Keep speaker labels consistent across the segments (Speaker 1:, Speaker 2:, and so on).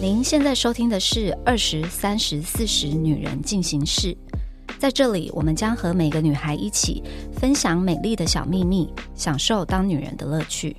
Speaker 1: 您现在收听的是《二十三十四十女人进行式》，在这里，我们将和每个女孩一起分享美丽的小秘密，享受当女人的乐趣。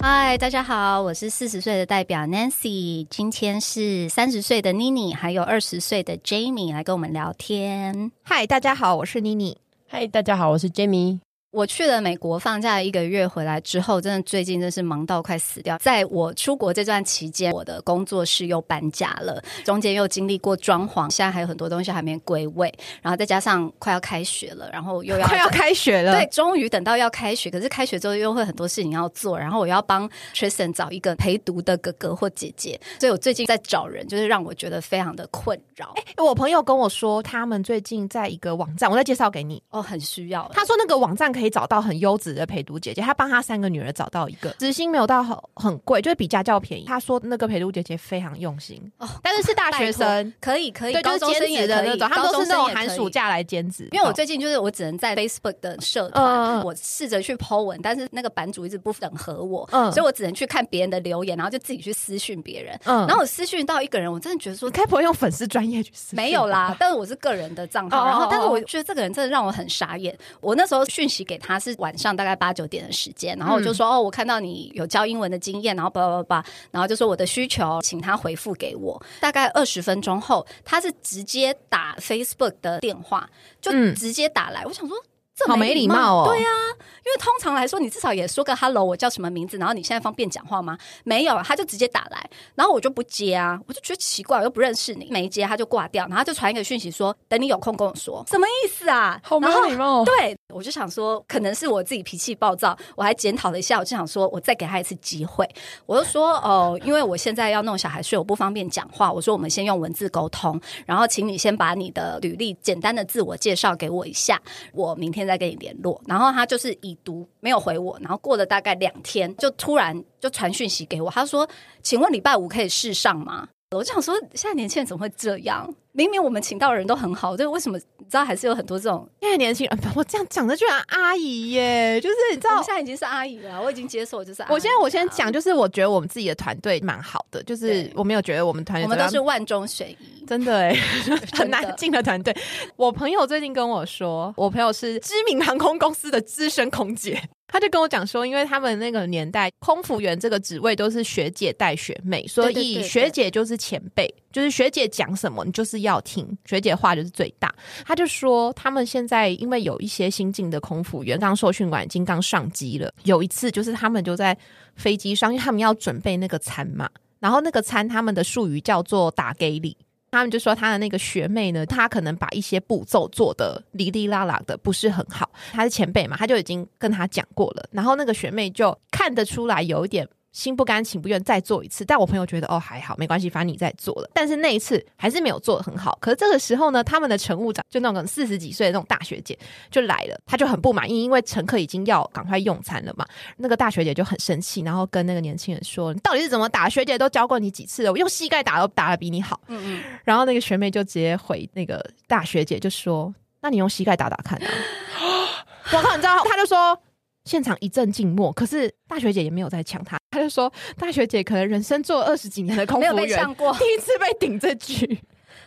Speaker 1: 嗨，大家好，我是四十岁的代表 Nancy，今天是三十岁的 Nini，还有二十岁的 Jamie 来跟我们聊天。
Speaker 2: 嗨，大家好，我是妮妮。
Speaker 3: 嗨，大家好，我是 Jamie。
Speaker 1: 我去了美国放假一个月，回来之后，真的最近真是忙到快死掉。在我出国这段期间，我的工作室又搬家了，中间又经历过装潢，现在还有很多东西还没归位，然后再加上快要开学了，然后又要
Speaker 2: 快要开学了，
Speaker 1: 对，终于等到要开学，可是开学之后又会很多事情要做，然后我要帮 Tristan 找一个陪读的哥哥或姐姐，所以我最近在找人，就是让我觉得非常的困扰。
Speaker 2: 我朋友跟我说，他们最近在一个网站，我再介绍给你。
Speaker 1: 哦，很需要欸
Speaker 2: 他说那个网站可以找到很优质的陪读姐姐，他帮他三个女儿找到一个，时薪没有到很很贵，就是比家教便宜。他说那个陪读姐姐非常用心，
Speaker 1: 哦，
Speaker 2: 但是是大学生，
Speaker 1: 可以可以，
Speaker 2: 对，就
Speaker 1: 高
Speaker 2: 是
Speaker 1: 中生
Speaker 2: 兼
Speaker 1: 也
Speaker 2: 职的
Speaker 1: 可以
Speaker 2: 那种，他们
Speaker 1: 高
Speaker 2: 都
Speaker 1: 中
Speaker 2: 是那种
Speaker 1: 生也
Speaker 2: 寒
Speaker 1: 可以
Speaker 2: 暑假来兼职。
Speaker 1: 因为我最近就是我只能在 Facebook 的社团，
Speaker 2: 嗯嗯嗯
Speaker 1: 我试着去 po 文，但是那个版主一直不整合我，
Speaker 2: 嗯
Speaker 1: 所以我只能去看别人的留言，然后就自己去私讯别人。
Speaker 2: 嗯
Speaker 1: 然后我私讯到一个人，我真的觉得说
Speaker 2: 你该不会用粉丝专业去私讯吧
Speaker 1: 没有啦，，但是我是个人的账号，
Speaker 2: 哦
Speaker 1: 然后但是
Speaker 2: 哦哦
Speaker 1: 我觉得这个人真的让我很傻眼。我那时候讯息给他是晚上大概八九点的时间，然后我
Speaker 2: 嗯
Speaker 1: 就说、哦，我看到你有教英文的经验，然后叭叭叭叭，然后就说我的需求，请他回复给我。大概二十分钟后，他是直接打 Facebook 的电话，就
Speaker 2: 嗯
Speaker 1: 直接打来，我想说。这
Speaker 2: 好没礼貌哦
Speaker 1: 对呀、啊因为通常来说，你至少也说个 “hello”，我叫什么名字，然后你现在方便讲话吗？没有，他就直接打来，然后我就不接啊，我就觉得奇怪，我又不认识你，没接他就挂掉，然后他就传一个讯息说等你有空跟我说，什么意思啊？
Speaker 3: 好没
Speaker 1: 然后
Speaker 3: 有礼貌哦
Speaker 1: 对，我就想说，可能是我自己脾气暴躁，我还检讨了一下，我就想说，我再给他一次机会。我就说，哦、因为我现在要弄小孩睡，我不方便讲话。我说，我们先用文字沟通，然后请你先把你的履历简单的自我介绍给我一下，我明天再跟你联络。然后他就是已读没有回我，然后过了大概两天，就突然就传讯息给我，他说，请问礼拜五可以试上吗？我就想说，现在年轻人怎么会这样？明明我们请到的人都很好，就为什么你知道还是有很多这种
Speaker 2: 现在年轻人，呃我这样讲的居然阿姨耶，就是你知
Speaker 1: 我
Speaker 2: 道
Speaker 1: 们现在已经是阿姨了，我已经接受我就是阿姨。
Speaker 2: 我先我先，讲，就是我觉得我们自己的团队蛮好的，就是
Speaker 1: 对
Speaker 2: 我没有觉得我们团队
Speaker 1: 我们都是
Speaker 2: 怎么
Speaker 1: 万中选一
Speaker 2: 样。真的 哎、 很
Speaker 1: 真的
Speaker 2: 难进的团队。我朋友最近跟我说，我朋友是知名航空公司的资深空姐。他就跟我讲说，因为他们那个年代，空服员这个职位都是学姐带学妹，所
Speaker 1: 对对对
Speaker 2: 以
Speaker 1: 对
Speaker 2: 学姐就是前辈，就是学姐讲什么你就是要听，学姐话就是最大。他就说，他们现在因为有一些新进的空服员刚受训完，已经刚上机了。有一次就是他们就在飞机上，因为他们要准备那个餐嘛，然后那个餐他们的术语叫做打给礼。他们就说他的那个学妹呢，她可能把一些步骤做的哩哩啦啦的不是很好，她是前辈嘛，她就已经跟她讲过了。然后那个学妹就看得出来有一点心不甘情不愿再做一次，但我朋友觉得哦还好，没关系，反正你在做了。但是那一次还是没有做的很好。可是这个时候呢，他们的乘务长就那种四十几岁的那种大学姐就来了，她就很不满意，因为乘客已经要赶快用餐了嘛。那个大学姐就很生气，然后跟那个年轻人说：“你到底是怎么打？学姐都教过你几次了，我用膝盖打都打的比你好。”
Speaker 1: 嗯
Speaker 2: 然后那个学妹就直接回那个大学姐就说：“那你用膝盖打打看啊！” 我靠，你知道，她就说现场一阵静默，可是大学姐也没有在抢她，她就说大学姐可能人生做二十几年的空
Speaker 1: 没有
Speaker 2: 服
Speaker 1: 被
Speaker 2: 员
Speaker 1: 呛。过。
Speaker 2: 第一次被顶这句，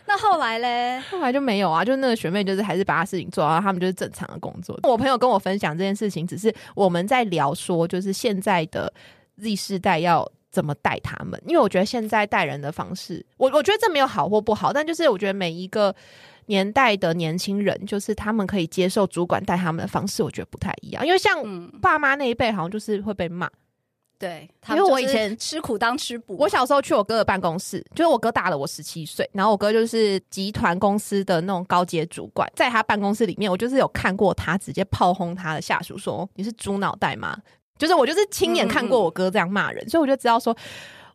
Speaker 1: 那后来嘞，
Speaker 2: 后来就没有啊，就是那个学妹就是还是把她事情做好，然后他们就是正常的工作。我朋友跟我分享这件事情，只是我们在聊说，就是现在的 Z 世代要怎么带他们，因为我觉得现在带人的方式，我我觉得这没有好或不好，但就是我觉得每一个。年代的年轻人，就是他们可以接受主管带他们的方式，我觉得不太一样。因为像
Speaker 1: 嗯，
Speaker 2: 爸妈那一辈，好像就是会被骂。
Speaker 1: 对，
Speaker 2: 因为我以前
Speaker 1: 他们就是吃苦当吃补，
Speaker 2: 我小时候去我哥的办公室，就是我哥大了我十七岁，然后我哥就是集团公司的那种高阶主管，在他办公室里面，我就是有看过他直接炮轰他的下属说：“你是猪脑袋吗？”就是我就是亲眼看
Speaker 1: 嗯
Speaker 2: 过我哥这样骂人，所以我就知道说。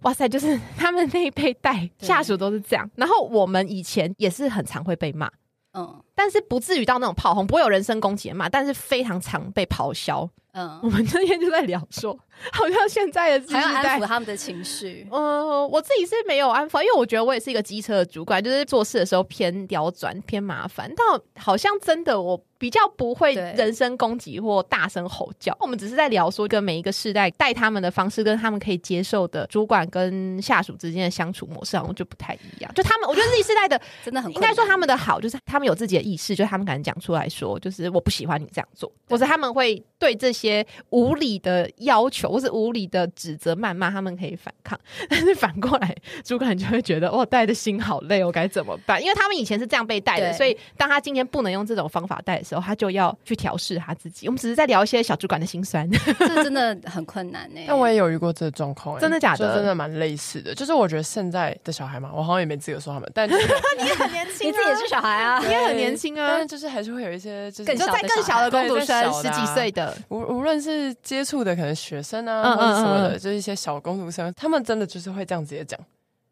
Speaker 2: 哇塞，就是 他们那一辈带
Speaker 1: 对
Speaker 2: 下属都是这样，然后我们以前也是很常会被骂，
Speaker 1: 嗯，
Speaker 2: 但是不至于到那种炮轰，不会有人身攻击的骂，但是非常常被咆哮。我
Speaker 1: 嗯，
Speaker 2: 们那天就在聊说，好像现在的世
Speaker 1: 还要
Speaker 2: 代
Speaker 1: 安抚他们的情绪。
Speaker 2: 呃，我自己是没有安抚，因为我觉得我也是一个机车的主管，就是做事的时候偏刁钻、偏麻烦，但好像真的我比较不会
Speaker 1: 对
Speaker 2: 人身攻击或大声吼叫。我们只是在聊说跟每一个世代带他们的方式，跟他们可以接受的主管跟下属之间的相处模式，好像就不太一样。就他们，我觉得 Z 世代的，
Speaker 1: 真的很
Speaker 2: 应
Speaker 1: 困难
Speaker 2: 该说他们的好，就是他们有自己的意识，就是他们敢讲出来说，就是我不喜欢你这样做，或者他们会对这些无理的要求或是无理的指责、谩骂，他们可以反抗。 但是反过来，主管就会觉得，哦，带的心好累，我该怎么办？因为他们以前是这样被带的，
Speaker 1: 对
Speaker 2: 所以当他今天不能用这种方法带的时候，他就要去调试他自己。我们只是在聊一些小主管的心酸，
Speaker 1: 这真的很困难欸呢、
Speaker 3: 但我也有遇过这个状况、欸
Speaker 2: 真的假的
Speaker 3: 就真的蛮类似的。就是我觉得现在的小孩嘛，我好像也没资格说他们， 但、就是、
Speaker 2: 你也很年
Speaker 1: 你自己也是小孩啊
Speaker 2: 你，也很年轻啊
Speaker 3: 但是就是还是会有一些就是
Speaker 1: 更
Speaker 2: 就
Speaker 1: 小
Speaker 2: 在更小的
Speaker 3: 对
Speaker 2: 工读
Speaker 3: 更
Speaker 2: 生，
Speaker 3: 小
Speaker 2: 十
Speaker 3: 的啊
Speaker 2: 几岁的，
Speaker 3: 无无论是接触的可能学生啊，
Speaker 2: 嗯
Speaker 3: 或者什么
Speaker 2: 嗯嗯
Speaker 3: 的，就是一些小工读生，他们真的就是会这样直接讲。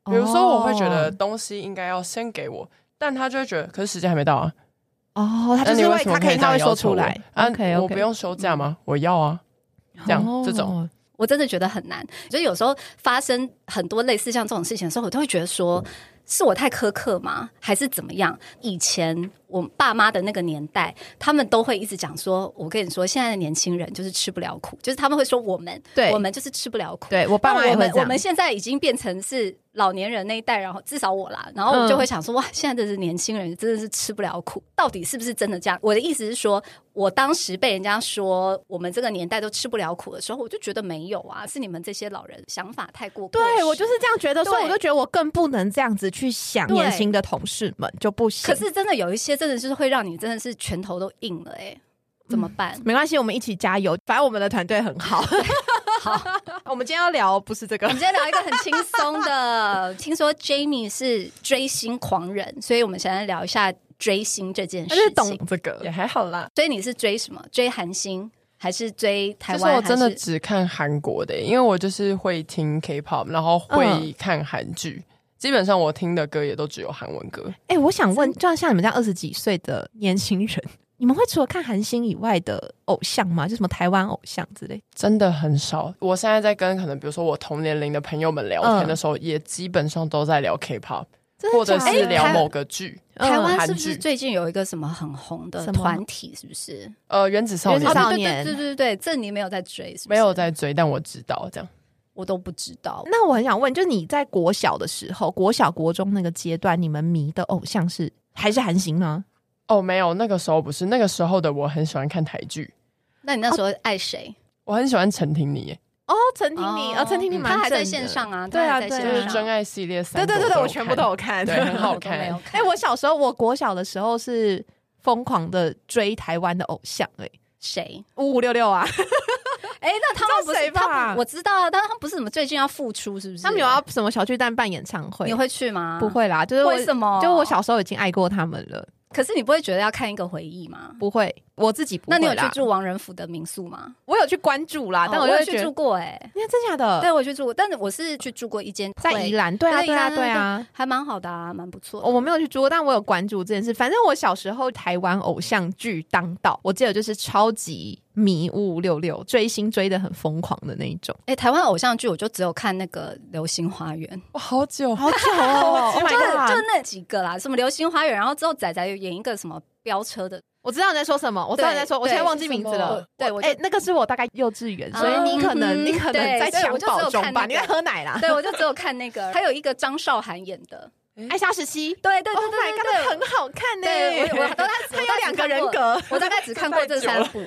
Speaker 2: 哦
Speaker 3: 比如说，我会觉得东西应该要先给我，但他就会觉得，可是时间还没到啊。
Speaker 2: 哦，他就
Speaker 3: 那你
Speaker 2: 是
Speaker 3: 为
Speaker 2: 会，
Speaker 3: 什么
Speaker 2: 他可以，
Speaker 3: 这
Speaker 2: 他
Speaker 3: 样
Speaker 2: 会
Speaker 3: 要
Speaker 2: 说
Speaker 3: 求
Speaker 2: 出
Speaker 3: 我
Speaker 2: 来。嗯
Speaker 3: 啊
Speaker 2: OK，
Speaker 3: 我不用休假吗？我要啊，这样
Speaker 2: 哦
Speaker 3: 这种
Speaker 1: 我真的觉得很难。所以有时候发生很多类似像这种事情的时候，我都会觉得说。是我太苛刻吗？还是怎么样？以前我爸妈的那个年代，他们都会一直讲说：“我跟你说，现在的年轻人就是吃不了苦，就是他们会说我们，
Speaker 2: 对
Speaker 1: 我们就是吃不了苦。”
Speaker 2: 对我爸妈
Speaker 1: 那
Speaker 2: 也
Speaker 1: 我
Speaker 2: 会
Speaker 1: 们
Speaker 2: 这
Speaker 1: 我
Speaker 2: 样
Speaker 1: 们。现在已经变成是老年人那一代，然后至少我啦，然后
Speaker 2: 嗯
Speaker 1: 我就会想说，哇，现在的年轻人真的是吃不了苦，到底是不是真的这样？我的意思是说，我当时被人家说我们这个年代都吃不了苦的时候，我就觉得没有啊，是你们这些老人想法太过过时
Speaker 2: 对我就是这样觉得，所以
Speaker 1: 对
Speaker 2: 我就觉得我更不能这样子去想
Speaker 1: 对
Speaker 2: 年轻的同事们就不行。
Speaker 1: 可是真的有一些真的就是会让你真的是拳头都硬了、欸，怎么办？
Speaker 2: 没关系，我们一起加油，反正我们的团队很好。
Speaker 1: 好，
Speaker 2: 我们今天要聊不是这
Speaker 1: 我
Speaker 2: 个
Speaker 1: 们，今天聊一个很轻松的，听说 Jamie 是追星狂人，所以我们现在聊一下追星这件事
Speaker 2: 他
Speaker 1: 情。
Speaker 2: 是懂这个
Speaker 3: 也还好啦。
Speaker 1: 所以你是追什么？追韩星还是追台
Speaker 3: 就是
Speaker 1: 湾？
Speaker 3: 我真的
Speaker 1: 还是
Speaker 3: 只看韩国的耶、欸因为我就是会听 K-pop，然后会
Speaker 2: 嗯
Speaker 3: 看韩剧。基本上我听的歌也都只有韩文歌，
Speaker 2: 哎、我想问，就像你们这样二十几岁的年轻人，你们会除了看韩星以外的偶像吗？就什么台湾偶像之类？
Speaker 3: 真的很少。我现在在跟可能比如说我同年龄的朋友们聊天的时候，也基本上都在聊 K-pop，
Speaker 2: 嗯真的
Speaker 3: 或者
Speaker 2: 假的
Speaker 3: 是聊
Speaker 1: 哎台
Speaker 3: 某个剧。
Speaker 1: 台湾
Speaker 3: 韩
Speaker 1: 是不是
Speaker 3: 剧
Speaker 1: 最近有一个什么很红的
Speaker 2: 嗯什么
Speaker 1: 团体？是不是？
Speaker 3: 呃，原子
Speaker 2: 原
Speaker 3: 少
Speaker 2: 子
Speaker 3: 年
Speaker 2: 少
Speaker 1: 对
Speaker 2: 年
Speaker 1: 对对对对，这你没有在追，是不是
Speaker 3: 没有，在追，但我知道这样。
Speaker 1: 我都不知道。
Speaker 2: 那我很想问，就是你在国小的时候，国小国中那个阶段，你们迷的偶像是还是韩星吗？
Speaker 3: 哦，没有，那个时候不是，那个时候的我很喜欢看台剧，
Speaker 1: 那你那时候爱谁？
Speaker 3: 我很喜欢陈婷妮耶，
Speaker 2: 哦，陈婷妮，
Speaker 1: 哦
Speaker 2: 呃，陈婷妮
Speaker 1: 他
Speaker 2: 蛮
Speaker 1: 还在
Speaker 2: 正的
Speaker 1: 线，上啊，
Speaker 2: 对啊
Speaker 1: 他还
Speaker 2: 对
Speaker 1: 在
Speaker 2: 啊
Speaker 3: 就
Speaker 1: 线
Speaker 3: 是
Speaker 1: 上
Speaker 3: 真爱系列三
Speaker 2: 对
Speaker 3: 部，
Speaker 2: 对对对，我全部都有看，
Speaker 3: 对很好
Speaker 1: 我都没有看
Speaker 2: 哎、我小时候我国小的时候是疯狂的追台湾的偶像、哎，
Speaker 1: 谁？
Speaker 2: 五五六六啊，
Speaker 1: 哎，那他们
Speaker 2: 知道
Speaker 1: 不是
Speaker 2: 谁吧
Speaker 1: 他们我知道啊，但是他们不是怎么最近要复出，是不是？啊
Speaker 2: 他们有要什么小巨蛋办演唱会？
Speaker 1: 你会去吗？
Speaker 2: 不。会啦，就是我
Speaker 1: 为什么？
Speaker 2: 就我，小时候已经爱过他们了，
Speaker 1: 可是你不会觉得要看一个回忆吗？
Speaker 2: 不会，我自己不会
Speaker 1: 那
Speaker 2: 啦。
Speaker 1: 你有去住王仁福的民宿吗？
Speaker 2: 我有去关注啦，但
Speaker 1: 哦
Speaker 2: 我
Speaker 1: 我
Speaker 2: 就
Speaker 1: 有
Speaker 2: 会
Speaker 1: 去
Speaker 2: 觉得
Speaker 1: 住，过，哎，
Speaker 2: 你看真假的？
Speaker 1: 对，我去住过，但是我是去住过一间
Speaker 2: 在
Speaker 1: 会
Speaker 2: 宜兰，对啊，
Speaker 1: 对
Speaker 2: 对啊，
Speaker 1: 宜兰
Speaker 2: 对啊。
Speaker 1: 还蛮好的啊，蛮不错的。
Speaker 2: 我没有去追过，但我有关注这件事。反正我小时候台湾偶像剧当道，我记得就是超级迷五五六六，追星追的很疯狂的那一种。
Speaker 1: 哎、台湾偶像剧我就只有看那个《流星花园》
Speaker 3: 哇，好久
Speaker 2: 好久 哦
Speaker 3: Oh my
Speaker 1: 就是
Speaker 2: god！
Speaker 1: 就那几个啦，什么《流星花园》，然后之后仔仔有演一个什么飙车的，
Speaker 2: 我知道你在说什么，我知道你在说，我现在
Speaker 1: 对
Speaker 2: 忘记名字了。
Speaker 1: 对我就
Speaker 2: 哎、那个是我大概幼稚园，
Speaker 1: 啊
Speaker 2: 所以你可能、
Speaker 1: 嗯
Speaker 2: 你可能
Speaker 1: 对
Speaker 2: 在
Speaker 1: 所
Speaker 2: 襁
Speaker 1: 以我
Speaker 2: 褓
Speaker 1: 就只有
Speaker 2: 中
Speaker 1: 看
Speaker 2: 吧，
Speaker 1: 那个
Speaker 2: 你在喝奶啦。
Speaker 1: 对我就只有看那个，还有一个张韶涵演的，
Speaker 2: 艾莎时期，
Speaker 1: 对对
Speaker 2: Oh
Speaker 1: 对
Speaker 2: my
Speaker 1: 对
Speaker 2: god，
Speaker 1: 对
Speaker 2: 那很好看呢、
Speaker 1: 对， 对我我都在，
Speaker 2: 他
Speaker 1: 我
Speaker 2: 有
Speaker 1: 大概
Speaker 2: 两
Speaker 1: 只
Speaker 2: 个
Speaker 1: 看
Speaker 2: 人
Speaker 1: 过，
Speaker 2: 格。
Speaker 1: 我大概只看过这三 部，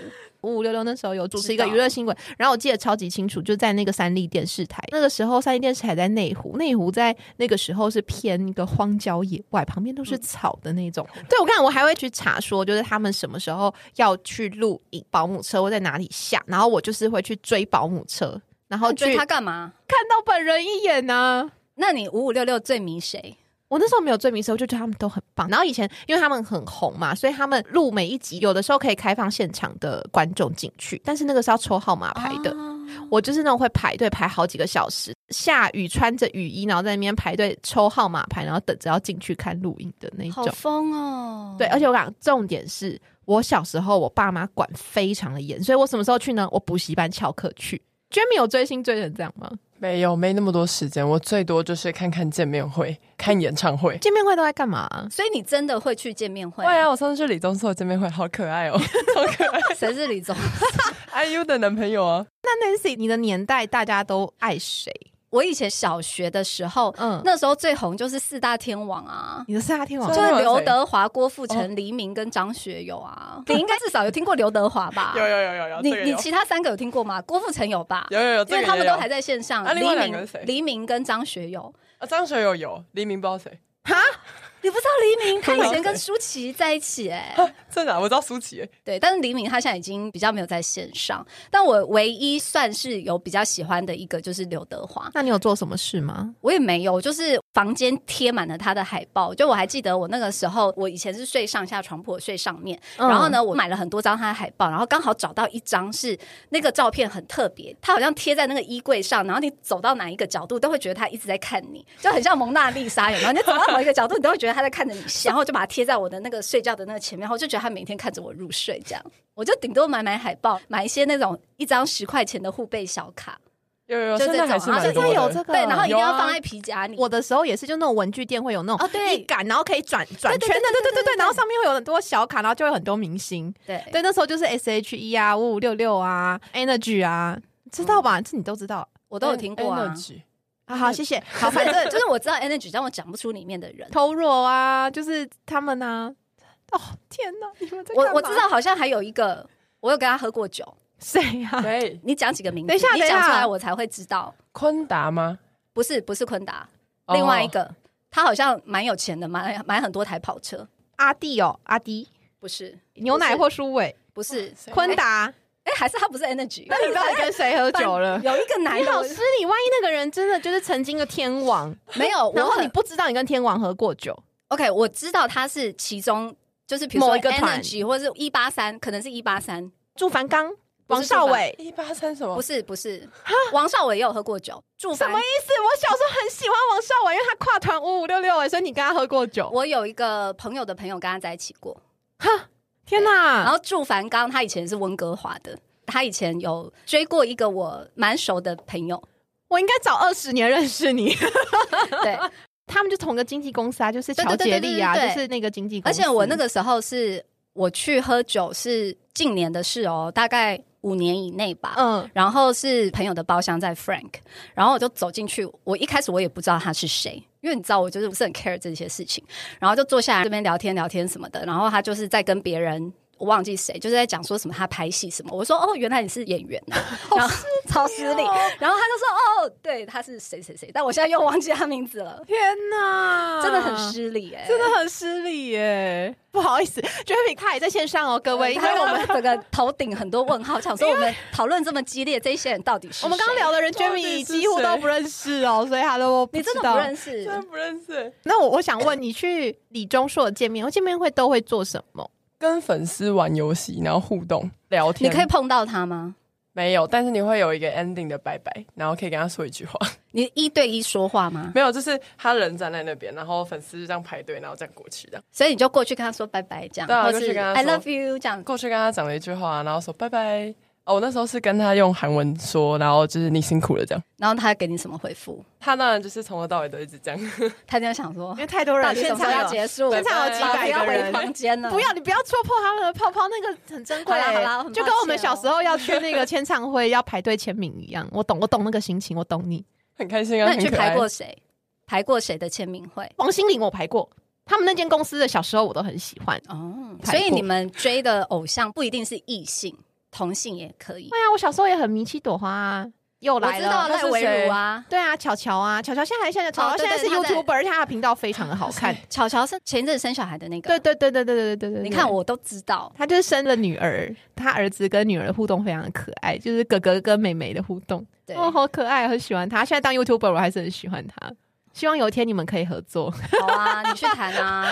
Speaker 2: 五五六六那时候有主持一
Speaker 1: 知
Speaker 2: 个
Speaker 1: 道
Speaker 2: 娱乐新闻，然后我记得超级清楚，就在那个三立电视台。那个时候三立电视台在内湖，内湖在那个时候是偏一个荒郊野外，旁边都是草嗯的那种。对我看我还会去查说，就是他们什么时候要去露营，保姆车会在哪里下，然后我就是会去追保姆车，然后
Speaker 1: 你追
Speaker 2: 去
Speaker 1: 他干嘛？
Speaker 2: 看到本人一眼啊呢、
Speaker 1: 那你五五六六最迷谁？
Speaker 2: 我那时候没有追明星，我就觉得他们都很棒。然后以前因为他们很红嘛，所以他们录每一集有的时候可以开放现场的观众进去，但是那个是要抽号码牌的。
Speaker 1: 啊
Speaker 2: 我就是那种会排队排好几个小时，下雨穿着雨衣，然后在那边排队抽号码牌，然后等着要进去看录影的那
Speaker 1: 好
Speaker 2: 种。
Speaker 1: 疯哦！
Speaker 2: 对，而且我讲重点是我小时候我爸妈管非常的严，所以我什么时候去呢？我补习班翘课去。Jamie 有追星追成这样吗？
Speaker 3: 没有，没那么多时间，我最多就是看看见 面会、看演唱会。
Speaker 2: 见面会都在干嘛、
Speaker 1: 所以你真的会去见面会
Speaker 3: 对？啊，我上次去李宗硕的见面会，好可爱 哦、
Speaker 1: 谁是李宗？
Speaker 3: IU 的男朋友啊，
Speaker 2: 那 Nancy，你的年代大家都爱谁？
Speaker 1: 我以前小学的时候，
Speaker 2: 嗯
Speaker 1: 那时候最红就是四大天王啊。
Speaker 2: 你的四大天王
Speaker 3: 所
Speaker 1: 就
Speaker 3: 以？
Speaker 1: 是刘德华、郭富城、黎明跟张学友啊，你应该至少有听过刘德华吧
Speaker 3: 有有有有有，
Speaker 1: 啊你
Speaker 3: 这个
Speaker 1: 你
Speaker 3: 有
Speaker 1: 其他三个有听过吗？郭富城有吧？
Speaker 3: 有有有，
Speaker 1: 因
Speaker 3: 这
Speaker 1: 为
Speaker 3: 个
Speaker 1: 他们
Speaker 3: 也有
Speaker 1: 都还在线上
Speaker 3: 啊。另外
Speaker 1: 黎
Speaker 3: 两个
Speaker 1: 明
Speaker 3: 是谁、
Speaker 1: 黎明跟张学 友，
Speaker 3: 啊，张学友有，黎明不知道谁，
Speaker 1: 你不知道黎明，他以前
Speaker 3: 对
Speaker 1: 跟舒淇在一起 哎、
Speaker 3: 真的啊、我知道舒淇、欸，
Speaker 1: 对，但是黎明他现在已经比较没有在线上，但我唯一算是有比较喜欢的一个就是刘德华，
Speaker 2: 那你有做什么事吗？
Speaker 1: 我也没有，就是房间贴满了他的海报。就我还记得我那个时候，我以前是睡上下床铺，我睡上面，
Speaker 2: 嗯
Speaker 1: 然后呢，我买了很多张他的海报，然后刚好找到一张是那个照片很特别，他好像贴在那个衣柜上，然后你走到哪一个角度都会觉得他一直在看你，就很像蒙娜丽莎，有没有？你走到某一个角度，你都会觉得他在看着你，然后我就把它贴在我的那个睡觉的那个前面，然后我就觉得他每天看着我入睡这样。 我就顶多买买海报，买一些那种一张十块钱的互背小卡，
Speaker 2: 嗯
Speaker 3: 有有有，
Speaker 1: 就
Speaker 3: 现在
Speaker 1: 这种
Speaker 3: 还是
Speaker 1: 啊
Speaker 3: 蛮
Speaker 1: 现在
Speaker 3: 多的。
Speaker 2: 有这个
Speaker 1: 对，然后一定
Speaker 3: 有
Speaker 1: 要
Speaker 3: 啊
Speaker 1: 放在皮夹里。
Speaker 2: 我的时候也是，就那种文具店会有那种
Speaker 1: 哦对
Speaker 2: 一杆，然后可以转转圈的，
Speaker 1: 对对
Speaker 2: 对
Speaker 1: 对
Speaker 2: 对
Speaker 1: 对
Speaker 2: 对
Speaker 1: 对
Speaker 2: 对，然后上面会有很多小卡，然后就会有很多明星。
Speaker 1: 对
Speaker 2: 对，那时候就是 S H E 啊，五五六六啊，Energy 啊，知道吧？这你都知道。
Speaker 1: 我都有听过啊。
Speaker 3: 哎 Energy
Speaker 2: 啊，好，谢谢。好，
Speaker 1: 好，
Speaker 2: 反
Speaker 1: 反
Speaker 2: 正
Speaker 1: 正
Speaker 2: 就
Speaker 1: 就是我知道 energy，但我讲不出里面的人。
Speaker 2: 投若啊，就是他们啊。哦，天哪！你 们在
Speaker 1: 我
Speaker 2: 干嘛
Speaker 1: 我知道好像还有一个，我有跟他喝过酒。
Speaker 2: 谁呀、啊？
Speaker 3: 对，
Speaker 1: 你讲几个名字？
Speaker 2: 等一下
Speaker 1: 你
Speaker 2: 等一
Speaker 1: 讲
Speaker 2: 下
Speaker 1: 出来我才会知道。
Speaker 3: 昆达吗？
Speaker 1: 不是不是昆达，
Speaker 3: 哦
Speaker 1: 另外一个他好像蛮有钱的，买买很多台跑车。
Speaker 2: 阿弟哦，阿弟，
Speaker 1: 不是
Speaker 2: 牛奶或舒伟，
Speaker 1: 不是
Speaker 3: 谁
Speaker 2: 昆达。
Speaker 1: 哎，还是他不是 energy？
Speaker 2: 那你到底跟谁喝酒了？
Speaker 1: 有一个男
Speaker 2: 你
Speaker 1: 的
Speaker 2: 好
Speaker 1: 我
Speaker 2: 失礼，万一那个人真的就是曾经的天王，
Speaker 1: 没有，我
Speaker 2: 然后
Speaker 1: 很
Speaker 2: 你不知道你跟天王喝过酒，
Speaker 1: OK，我知道他是其中就是比如
Speaker 2: 某
Speaker 1: 说
Speaker 2: 一个团
Speaker 1: energy 或者是一八三，可能是一八三。
Speaker 2: 祝凡刚、
Speaker 1: 不是
Speaker 2: 王少 伟，
Speaker 3: 一八三什么？
Speaker 1: 不是不是，王少伟也有喝过酒。祝
Speaker 2: 什
Speaker 1: 凡
Speaker 2: 么意思？我小时候很喜欢王少伟，因为他跨团五五六六哎，所以你跟他喝过酒。
Speaker 1: 我有一个朋友的朋友跟他在一起过，
Speaker 2: 天
Speaker 1: 然
Speaker 2: 哪！
Speaker 1: 后祝凡刚他以前是温哥华的，他以前有追过一个我蛮熟的朋友，
Speaker 2: 我应该早二十年认识你。
Speaker 1: 对，
Speaker 2: 他们就同个经纪公司啊，就是
Speaker 1: 对对
Speaker 2: 乔
Speaker 1: 对
Speaker 2: 杰利啊，
Speaker 1: 对对
Speaker 2: 就
Speaker 1: 对
Speaker 2: 是那个经纪公
Speaker 1: 而
Speaker 2: 司。
Speaker 1: 且我那个时候是我去喝酒是近年的事哦，大概五年以内吧。
Speaker 2: 嗯，
Speaker 1: 然后是朋友的包厢在 Frank，然后我就走进去，我一开始我也不知道他是谁，因为你知道我就是不是很 care 这些事情，然后就坐下来这边聊天聊天什么的，然后他就是在跟别人。我忘记谁，就是在讲说什么他拍戏什么。我说哦，原来你是演员、啊，然后超失礼。
Speaker 2: 哦
Speaker 1: 然后他就说哦，对，他是谁谁谁，但我现在又忘记他名字了，
Speaker 2: 天哪，
Speaker 1: 真的很失礼哎、
Speaker 2: 啊真的很失礼耶！不好意思 j e r m y 他也在线上哦，各位，因为
Speaker 1: 他
Speaker 2: 我
Speaker 1: 我
Speaker 2: 们
Speaker 1: 们整个头顶很多问号，想说我们讨论这么激烈，这些人到底是谁
Speaker 2: 我们刚刚聊的人 j e
Speaker 3: 到
Speaker 2: r m
Speaker 3: 底
Speaker 2: y
Speaker 3: 是谁
Speaker 2: 几乎都不认识哦，所以他都不
Speaker 1: 你真
Speaker 2: 知
Speaker 1: 的
Speaker 2: 道
Speaker 1: 不。认识，
Speaker 3: 真的不认识，
Speaker 2: 那我我想问你，去李钟硕的见面会，见面会都会做什么？
Speaker 3: 跟粉丝玩游戏，然后互动聊
Speaker 1: 你
Speaker 3: 天。
Speaker 1: 可以碰到他吗？
Speaker 3: 没有，但是你会有一个 ending 的拜拜，然后可以跟他说一句话。
Speaker 1: 你一对一说话吗？
Speaker 3: 没有，就是他人站在那边，然后粉丝就这样排队，然后这样过去，这样
Speaker 1: 所以你就过去跟他说拜拜，这样，
Speaker 3: 对啊
Speaker 1: 或
Speaker 3: 过去
Speaker 1: 是
Speaker 3: 跟他
Speaker 1: I
Speaker 3: 说
Speaker 1: love you 这样。
Speaker 3: 过去跟他讲了一句话，然后说拜拜。哦，我那时候是跟他用韩文说，然后就是你辛苦了这样。
Speaker 1: 然后他给你什么回复？
Speaker 3: 他当然就是从头到尾都一直这样。
Speaker 1: 他就想说
Speaker 2: 因，为太多
Speaker 1: 到
Speaker 2: 人，
Speaker 1: 底什
Speaker 2: 现
Speaker 1: 么时
Speaker 2: 场
Speaker 1: 候要
Speaker 2: 有
Speaker 1: 结束？
Speaker 2: 现场有几
Speaker 1: 不要
Speaker 2: 百个
Speaker 1: 回
Speaker 2: 人。
Speaker 1: 房间了，
Speaker 2: 不要，你不要戳破他们的泡泡，那个很珍贵
Speaker 1: 好啦
Speaker 2: 耶
Speaker 1: 好啦我很。
Speaker 2: 就
Speaker 1: 抱
Speaker 2: 跟我
Speaker 1: 歉
Speaker 2: 们小
Speaker 1: 哦
Speaker 2: 时候要去那个签唱会要排队签名一样，我懂，我懂那个心情，我懂你。
Speaker 3: 很开心啊！
Speaker 1: 那你去
Speaker 3: 很可爱
Speaker 1: 排过谁？排过谁的签名会？
Speaker 2: 王心凌我排过，他们那间公司的小时候我都很喜欢。
Speaker 1: 哦，
Speaker 2: 排
Speaker 1: 所
Speaker 2: 过
Speaker 1: 以你们追的偶像不一定是异性，同性也可以。
Speaker 2: 对啊，我小时候也很迷七朵花、啊，又
Speaker 1: 我
Speaker 2: 来
Speaker 1: 知道
Speaker 2: 了。
Speaker 3: 他
Speaker 1: 赖
Speaker 3: 是
Speaker 1: 维
Speaker 3: 谁
Speaker 1: 如啊，
Speaker 2: 对啊，巧巧啊，巧巧现在还现在巧
Speaker 1: 哦
Speaker 2: 巧
Speaker 1: 对
Speaker 2: 现在是
Speaker 1: 对她在
Speaker 2: YouTuber，而且她的频道非常的好看。
Speaker 1: 巧巧是前一阵生小孩的那个，
Speaker 2: 对对对对对对对对对，
Speaker 1: 你看我都知道。
Speaker 2: 他就是生了女儿，他儿子跟女儿的互动非常的可爱，就是哥哥跟妹妹的互动，
Speaker 1: 对，
Speaker 2: 哦，好可爱，很喜欢他。现在当 YouTuber，我还是很喜欢他。希望有一天你们可以合作。
Speaker 1: 好啊，你去谈 啊，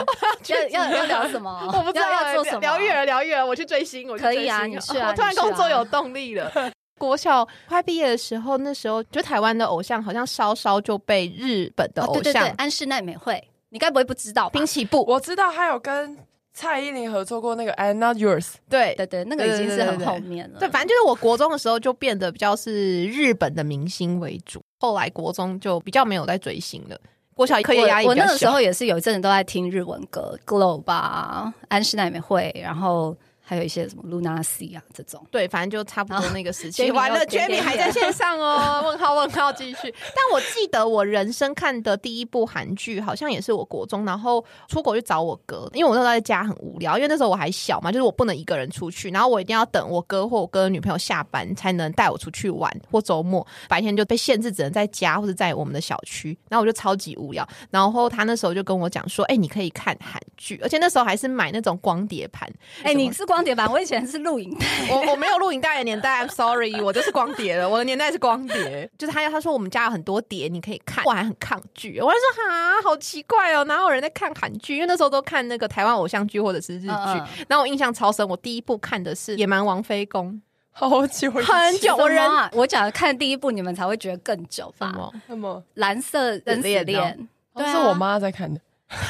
Speaker 1: 要要要聊什么？
Speaker 2: 我不知道
Speaker 1: 要要
Speaker 2: 欸
Speaker 1: 做什么？
Speaker 2: 聊育儿，疗愈儿，我去追星，我去
Speaker 1: 可以啊
Speaker 2: 追星
Speaker 1: 你去啊
Speaker 2: 我突然
Speaker 1: 你去啊
Speaker 2: 工作有动力了。国小快毕业的时候，那时候就台湾的偶像好像稍稍就被日本的
Speaker 1: 哦，
Speaker 2: 偶
Speaker 1: 对对
Speaker 2: 像、
Speaker 1: 对，安室奈美惠，你该不会不知道吧？
Speaker 2: 滨崎步，
Speaker 3: 我知道他有跟蔡依林合作过那个《I'm Not Yours
Speaker 2: 对
Speaker 1: 对对，那个已经是很后面了。
Speaker 2: 对，反正就是我国中的时候就变得比较是日本的明星为主，后来国中就比较没有在追星了。国小课业压力
Speaker 1: 我
Speaker 2: 比
Speaker 1: 那
Speaker 2: 较
Speaker 1: 个时
Speaker 2: 小，
Speaker 1: 候也是有一阵子都在听日文歌，Glow 吧，安室奈美惠，然后还有一些什么 Luna C 啊这种。
Speaker 2: 对，反正就差不多那个时期。
Speaker 1: Jamie
Speaker 2: 完了
Speaker 1: 又点
Speaker 2: ，Jamie
Speaker 1: 点
Speaker 2: 还在
Speaker 1: 点
Speaker 2: 线上哦，问号问号继续。但我记得我人生看的第一部韩剧，好像也是我国中，然后出国去找我哥，因为我那时候在家很无聊，因为那时候我还小嘛，就是我不能一个人出去，然后我一定要等我哥或我哥的女朋友下班才能带我出去玩，或周末白天就被限制只能在家或者在我们的小区，然后我就超级无聊。然后他那时候就跟我讲说：“哎、你可以看韩剧，而且那时候还是买那种光碟盘。
Speaker 1: 哎、
Speaker 2: 什么
Speaker 1: 你是光碟版，我以前是录影带。
Speaker 2: 我我没有录影带的年代，I'm sorry，我就是光碟了，我的年代是光碟。就是他他说我们家有很多碟，你可以看，我还很抗拒，我还说哈，好奇怪哦，哪有人在看韩剧？因为那时候都看那个台湾偶像剧或者是日剧。
Speaker 1: 嗯嗯
Speaker 2: 然后我印象超深，我第一部看的是《野蛮王妃宫》，》，
Speaker 3: 好久以前
Speaker 2: 很久我
Speaker 1: 我
Speaker 2: 人
Speaker 1: 啊，我讲看第一部，你们才会觉得更久
Speaker 2: 什
Speaker 1: 吧？
Speaker 2: 么？
Speaker 3: 那么
Speaker 1: 蓝色生死
Speaker 2: 恋
Speaker 1: 恋，
Speaker 3: 都
Speaker 1: 对
Speaker 3: 是
Speaker 1: 啊
Speaker 3: 我妈在看的，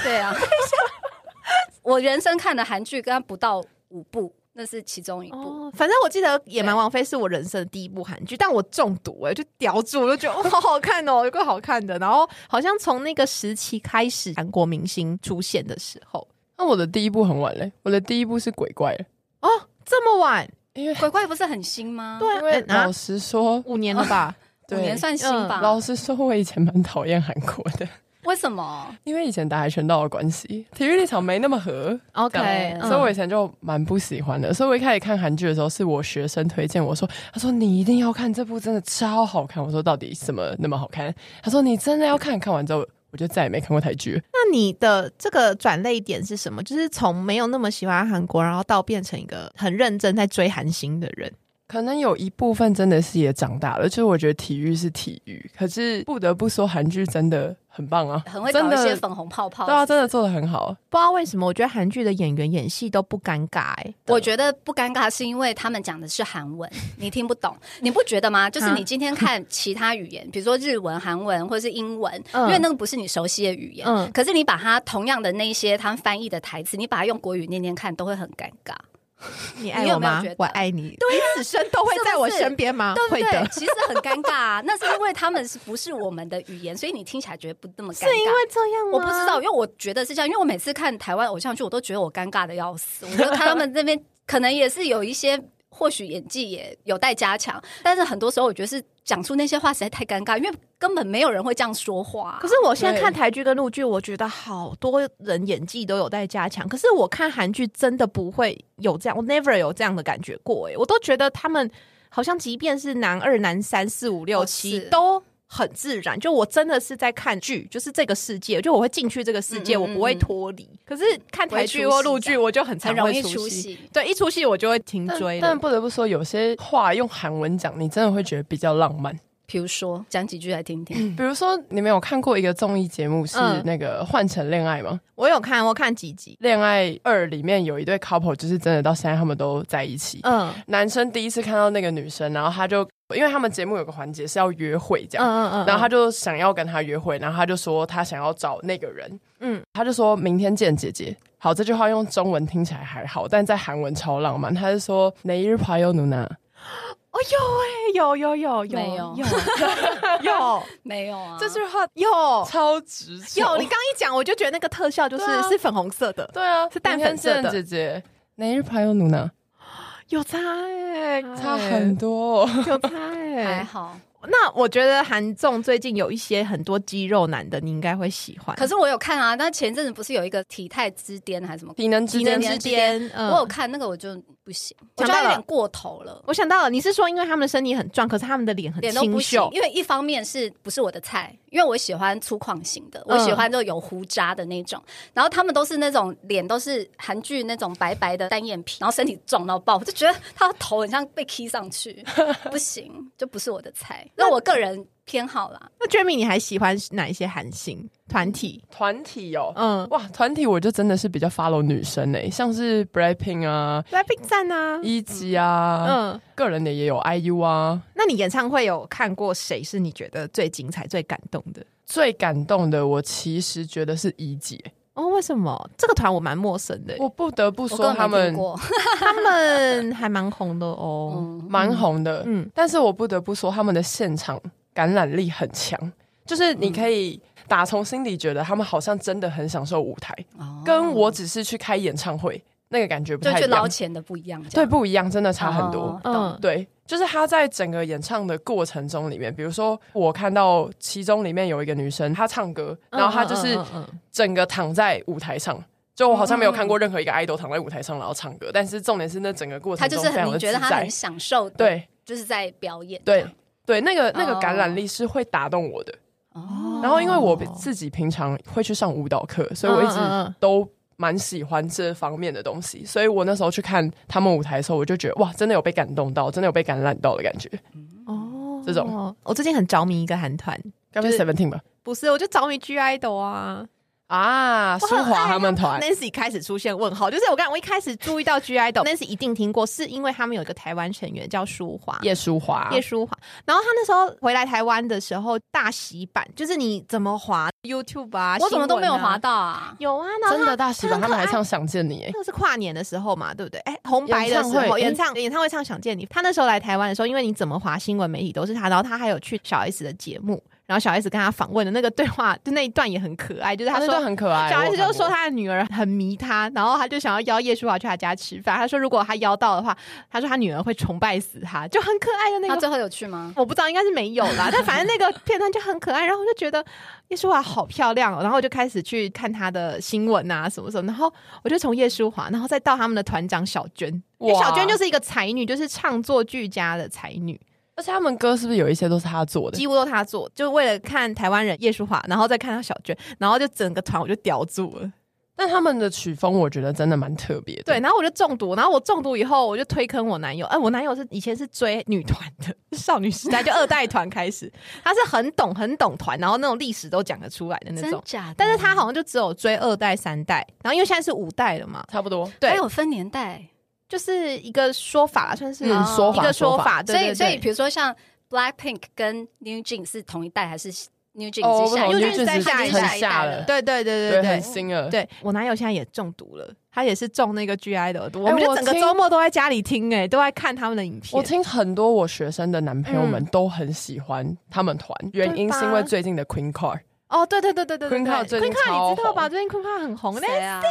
Speaker 1: 对 啊。我人生看的韩剧刚不到五部，那是其中一部。
Speaker 2: 哦，反正我记得《野蛮王妃》是我人生的第一部韩剧，但我中毒哎、就叼住，我就觉得哇，好好看哦，有个好看的。然后好像从那个时期开始，韩国明星出现的时候，
Speaker 3: 那我的第一部很晚嘞，我的第一部是鬼怪了，
Speaker 2: 哦，这么晚，
Speaker 3: 因为
Speaker 1: 鬼怪不是很新吗？
Speaker 2: 对啊，
Speaker 3: 因为
Speaker 2: 嗯啊
Speaker 3: 老实说，
Speaker 2: 五年了吧？
Speaker 1: 呃五年
Speaker 3: 对，
Speaker 1: 算新吧。
Speaker 3: 老实说，我以前蛮讨厌韩国的，
Speaker 1: 为什么？
Speaker 3: 因为以前打跆拳道的关系，体育立场没那么合，
Speaker 2: OK，
Speaker 1: 嗯
Speaker 3: 所以我以前就蛮不喜欢的。所以我一开始看韩剧的时候，是我学生推荐我说，他说你一定要看这部，真的超好看。我说到底什么那么好看？他说你真的要看看完之后。我就再也没看过台剧了，
Speaker 2: 那你的这个转类点是什么？就是从没有那么喜欢韩国，然后到变成一个很认真在追韩星的人。
Speaker 3: 可能有一部分真的是也长大了，就是我觉得体育是体育，可是不得不说韩剧真的很棒啊，
Speaker 1: 很会
Speaker 3: 真
Speaker 1: 搞一
Speaker 3: 的
Speaker 1: 些粉红泡泡。
Speaker 3: 对啊，真的做的很好。
Speaker 2: 不知道为什么，我觉得韩剧的演员演戏都不尴尬、欸。
Speaker 1: 我觉得不尴尬，是因为他们讲的是韩 文，你听不懂，你不觉得吗？就是你今天看其他语 言，比如说日文、韩文或是英文，因
Speaker 2: 嗯
Speaker 1: 为那个不是你熟悉的语言，
Speaker 2: 嗯
Speaker 1: 可是你把它同样的那一些他们翻译的台词，你把它用国语念念看，都会很尴尬，
Speaker 2: 你爱
Speaker 1: 你有
Speaker 2: 我
Speaker 1: 没有
Speaker 2: 吗
Speaker 1: 觉得？
Speaker 2: 我爱你，对、啊你此生都会在我身边吗？
Speaker 1: 对不
Speaker 2: 啊会
Speaker 1: 对
Speaker 2: 的？。
Speaker 1: 其实很尴尬、啊，那是因为他们是不是我们的语言，所以你听起来觉得不那么尴尬。
Speaker 2: 是因为这样啊吗？
Speaker 1: 我不知道，因为我觉得是这样，因为我每次看台湾偶像剧，我都觉得我尴尬的要死。 我觉得看他们那边可能也是有一些，或许演技也有待加强，但是很多时候我觉得是讲出那些话实在太尴尬，因为根本没有人会这样说话。
Speaker 2: 可是我现在
Speaker 3: 对
Speaker 2: 看台剧跟陆剧，我觉得好多人演技都有待加强。可是我看韩剧真的不会有这样，我 never 有这样的感觉过、欸。我都觉得他们好像即便是男二、男三、四五六
Speaker 1: 哦是
Speaker 2: 七都。很自然，就我真的是在看剧，就是这个世界，就我会进去这个世界，
Speaker 1: 嗯嗯
Speaker 2: 我不会
Speaker 1: 嗯
Speaker 2: 脱离。可是看
Speaker 1: 不会
Speaker 2: 台剧
Speaker 1: 出
Speaker 2: 或
Speaker 1: 戏
Speaker 2: 陆
Speaker 1: 这
Speaker 2: 剧，
Speaker 1: 样
Speaker 2: 我就很常
Speaker 1: 很容
Speaker 2: 会
Speaker 1: 易
Speaker 2: 出
Speaker 1: 出
Speaker 2: 戏
Speaker 1: 戏。
Speaker 2: 对，一出戏我就会停
Speaker 3: 但
Speaker 2: 追了
Speaker 3: 但。不得不说，有些话用韩文讲，你真的会觉得比较浪漫。
Speaker 1: 比如说讲几句来听听，
Speaker 3: 比如说，你们有看过一个综艺节目是
Speaker 2: 嗯
Speaker 3: 那个《换成恋爱》吗？
Speaker 2: 我有看，我看几集，
Speaker 3: 《恋爱二》里面有一对 couple，就是真的到现在他们都在一起。
Speaker 2: 嗯
Speaker 3: 男生第一次看到那个女生，然后他就因为他们节目有个环节是要约会
Speaker 2: 嗯
Speaker 3: 这样，
Speaker 2: 嗯嗯，
Speaker 3: 然后他就想要跟他约会，然后他就说他想要找那个人，
Speaker 2: 嗯
Speaker 3: 嗯，他就说明天见，姐姐。好，这句话用中文听起来还好，但在韩文超浪漫。他是说내일봐요누나，
Speaker 2: 哦有哎、有有有有
Speaker 1: 没有
Speaker 2: 有 有
Speaker 1: 没有啊？
Speaker 3: 这句话
Speaker 2: 有
Speaker 3: 超直球。
Speaker 2: 有，你刚一讲我就觉得那个特效就是、
Speaker 3: 对啊
Speaker 2: 是粉红色的，
Speaker 3: 对啊，
Speaker 2: 是淡粉色的
Speaker 3: 明天见姐姐。내일봐요누나，
Speaker 2: 有差哎、欸，
Speaker 3: 差很多、哦。
Speaker 2: 有差哎、
Speaker 1: 还好，
Speaker 2: 那我觉得韩综最近有一些很多肌肉男的，你应该会喜欢。
Speaker 1: 可是我有看啊，但前阵子不是有一个体态之巅还是什么？
Speaker 3: 体能之
Speaker 2: 体
Speaker 3: 间
Speaker 2: 能
Speaker 1: 能
Speaker 2: 之
Speaker 1: 之
Speaker 2: 巅
Speaker 1: 巅，
Speaker 2: 嗯
Speaker 1: 我有看那个，我就不行，我
Speaker 2: 想
Speaker 1: 觉
Speaker 2: 到
Speaker 1: 得有
Speaker 2: 了
Speaker 1: 点过头了。
Speaker 2: 我想到了，你是说因为他们的身体很壮，可是他们的脸很
Speaker 1: 脸都
Speaker 2: 清
Speaker 1: 不行
Speaker 2: 秀，
Speaker 1: 因为一方面是不是我的菜，因为我喜欢粗犷型的，我
Speaker 3: 嗯
Speaker 1: 喜欢就有胡渣的那种。然后他们都是那种脸都是韩剧那种白白的单眼皮，然后身体壮到爆，我 就觉得他的头很像被踢上去，不行，就不是我的菜。那我个人偏好啦。
Speaker 2: 那 Jamie，你还喜欢哪一些韩星团体？
Speaker 3: 团体哦，
Speaker 2: 嗯
Speaker 3: 哇，团体我就真的是比较 follow 女生诶、像是 Blackpink 啊、
Speaker 2: ，Blackpink 赞啊，
Speaker 3: 一级啊，
Speaker 2: 嗯，
Speaker 3: 个人的也有 IU 啊。
Speaker 2: 那你演唱会有看过谁是你觉得最精彩、最感动的？
Speaker 3: 最感动的，我其实觉得是一姐，
Speaker 2: 哦，为什么这个团我蛮陌生的？
Speaker 3: 我不得不
Speaker 1: 我
Speaker 3: 说
Speaker 1: 根
Speaker 3: 他
Speaker 1: 本没
Speaker 3: 们
Speaker 1: 听过，
Speaker 2: 他们还蛮红的哦。
Speaker 1: 嗯，
Speaker 3: 蛮红的，
Speaker 2: 嗯，
Speaker 3: 但是我不得不说他们的现场感染力很强，就是你
Speaker 1: 嗯
Speaker 3: 可以打从心底觉得他们好像真的很享受舞台，
Speaker 1: 哦
Speaker 3: 跟我只是去开演唱会那个感觉不
Speaker 1: 就
Speaker 3: 太
Speaker 1: 去
Speaker 3: 一
Speaker 1: 捞
Speaker 3: 样，
Speaker 1: 钱的不一样，这
Speaker 3: 对，
Speaker 1: 样
Speaker 3: 不一样，真的差很多。
Speaker 1: 哦懂
Speaker 2: 嗯，
Speaker 3: 对，就是他在整个演唱的过程中里面，比如说我看到其中里面有一个女生，她唱歌，然后她就是
Speaker 2: 嗯嗯嗯嗯
Speaker 3: 整个躺在舞台上。就我好像没有看过任何一个 idol 躺在舞台上然后唱歌，但是重点是那整个过
Speaker 1: 他
Speaker 3: 程
Speaker 1: 就
Speaker 3: 中
Speaker 1: 是很
Speaker 3: 非常
Speaker 1: 你
Speaker 3: 的
Speaker 1: 觉
Speaker 3: 自
Speaker 1: 得他
Speaker 3: 在
Speaker 1: 很，享受，，
Speaker 3: 对
Speaker 1: 就是在表演，
Speaker 3: 对，对，那个那个
Speaker 1: 哦
Speaker 3: 感染力是会打动我的。
Speaker 1: 哦，
Speaker 3: 然后因为我
Speaker 2: 哦
Speaker 3: 自己平常会去上舞蹈课，所以我一直
Speaker 2: 嗯嗯嗯
Speaker 3: 都蛮喜欢这方面的东西。所以我那时候去看他们舞台的时候，我就觉得哇，真的有被感动到，真的有被感染到的感觉。
Speaker 2: 哦
Speaker 3: 这种。
Speaker 2: 我最近很着迷一个韩团，
Speaker 3: 该不是 Seventeen 吧？
Speaker 2: 不是，我就着迷 G Idol 啊。
Speaker 3: 啊，
Speaker 2: 我
Speaker 3: 舒
Speaker 2: 很爱
Speaker 3: 华他们团
Speaker 2: Nancy 开始出现问号，就是我刚我一开始注意到 G Idol，Nancy 一定听过，是因为他们有一个台湾成员叫舒华。
Speaker 3: 叶舒华，
Speaker 2: 叶舒华，然后他那时候回来台湾的时候，大洗版就是你怎么滑 YouTube 啊，
Speaker 1: 我怎么都没有
Speaker 2: 新闻啊
Speaker 1: 滑，到啊，
Speaker 2: 有啊，然后
Speaker 3: 真
Speaker 2: 他
Speaker 3: 的大
Speaker 2: 他
Speaker 3: 喜欢，
Speaker 2: 很
Speaker 3: 他们还
Speaker 2: 可爱
Speaker 3: 唱《想见你》哎，
Speaker 2: 那个是跨年的时候嘛，对不对？哎，红白的时
Speaker 3: 演唱
Speaker 2: 候
Speaker 3: 会
Speaker 2: 演唱演唱会唱《想见你》，他那时候来台湾的时候，因为你怎么滑新闻媒体都是他，然后他还有去小 S 的节目，然后小 S 跟他访问的那个对话，就那一段也很可爱，就是他
Speaker 3: 哦那
Speaker 2: 说
Speaker 3: 段很可爱。
Speaker 2: 小 S
Speaker 3: 我
Speaker 2: 就
Speaker 3: 看
Speaker 2: 说
Speaker 3: 过
Speaker 2: 他的女儿很迷他，然后他就想要邀叶舒华去他家吃饭。他说如果他邀到的话，他说他女儿会崇拜死他，就很可爱的那
Speaker 1: 他
Speaker 2: 个。
Speaker 1: 最后有去吗？
Speaker 2: 我不知道，应该是没有啦。但反正那个片段就很可爱，然后我就觉得叶舒华好漂亮、哦，然后我就开始去看她的新闻啊什么什么，然后我就从叶舒华，然后再到他们的团长小娟，因为
Speaker 3: 哇
Speaker 2: 小娟就是一个才女，就是唱作俱佳的才女。
Speaker 3: 而且他们歌是不是有一些都是他做的？
Speaker 2: 几乎都他做，就为了看台湾人叶舒华，然后再看他小娟，然后就整个团我就叼住了。
Speaker 3: 但他们的曲风我觉得真的蛮特别的。
Speaker 2: 对，，然后我就中毒，然后我中毒以后，我就推坑我男友。哎、我男友是以前是追女团的，少女时代就二代团开始，他是很懂很懂团，然后那种历史都讲得出来的那
Speaker 1: 真
Speaker 2: 种。
Speaker 1: 假的？
Speaker 2: 但是
Speaker 3: 嗯
Speaker 2: 他好像就只有追二代、三代，然后因为现在是五代了嘛，
Speaker 3: 差不多。
Speaker 2: 对
Speaker 1: 还有分年代，
Speaker 2: 就是一个说法啦，算是
Speaker 3: 嗯
Speaker 2: 一
Speaker 3: 说法
Speaker 2: 个说法。
Speaker 1: 所以
Speaker 2: 对对
Speaker 1: 所以
Speaker 2: 对
Speaker 1: 比如说像 Blackpink 跟 New Jeans 是同一代还是 New
Speaker 3: 哦
Speaker 1: Jeans
Speaker 3: 我
Speaker 1: 是下
Speaker 3: 懂
Speaker 1: 一
Speaker 2: 因
Speaker 1: 代？
Speaker 2: 为 New Jeans 在下一代
Speaker 3: 很下了
Speaker 2: 对对对对
Speaker 3: 对，
Speaker 2: 对
Speaker 3: 很。新了。
Speaker 2: 对我男友现在也中毒了，他也是中那个 GI 的，我们
Speaker 3: 哎我
Speaker 2: 就整个
Speaker 3: 听
Speaker 2: 周末都在家里听、哎，都在看他们的影片
Speaker 3: 我。听很多我学生的男朋友
Speaker 2: 嗯
Speaker 3: 们都很喜欢他们团，原因是因为最近的 Queen Card。
Speaker 2: 哦，对对对对对对
Speaker 3: Queen
Speaker 2: 对
Speaker 3: Card 最近
Speaker 2: Queen Card 你知道吧？
Speaker 3: 超红
Speaker 2: 最近 Queen Card 很红嘞，
Speaker 1: 谁啊？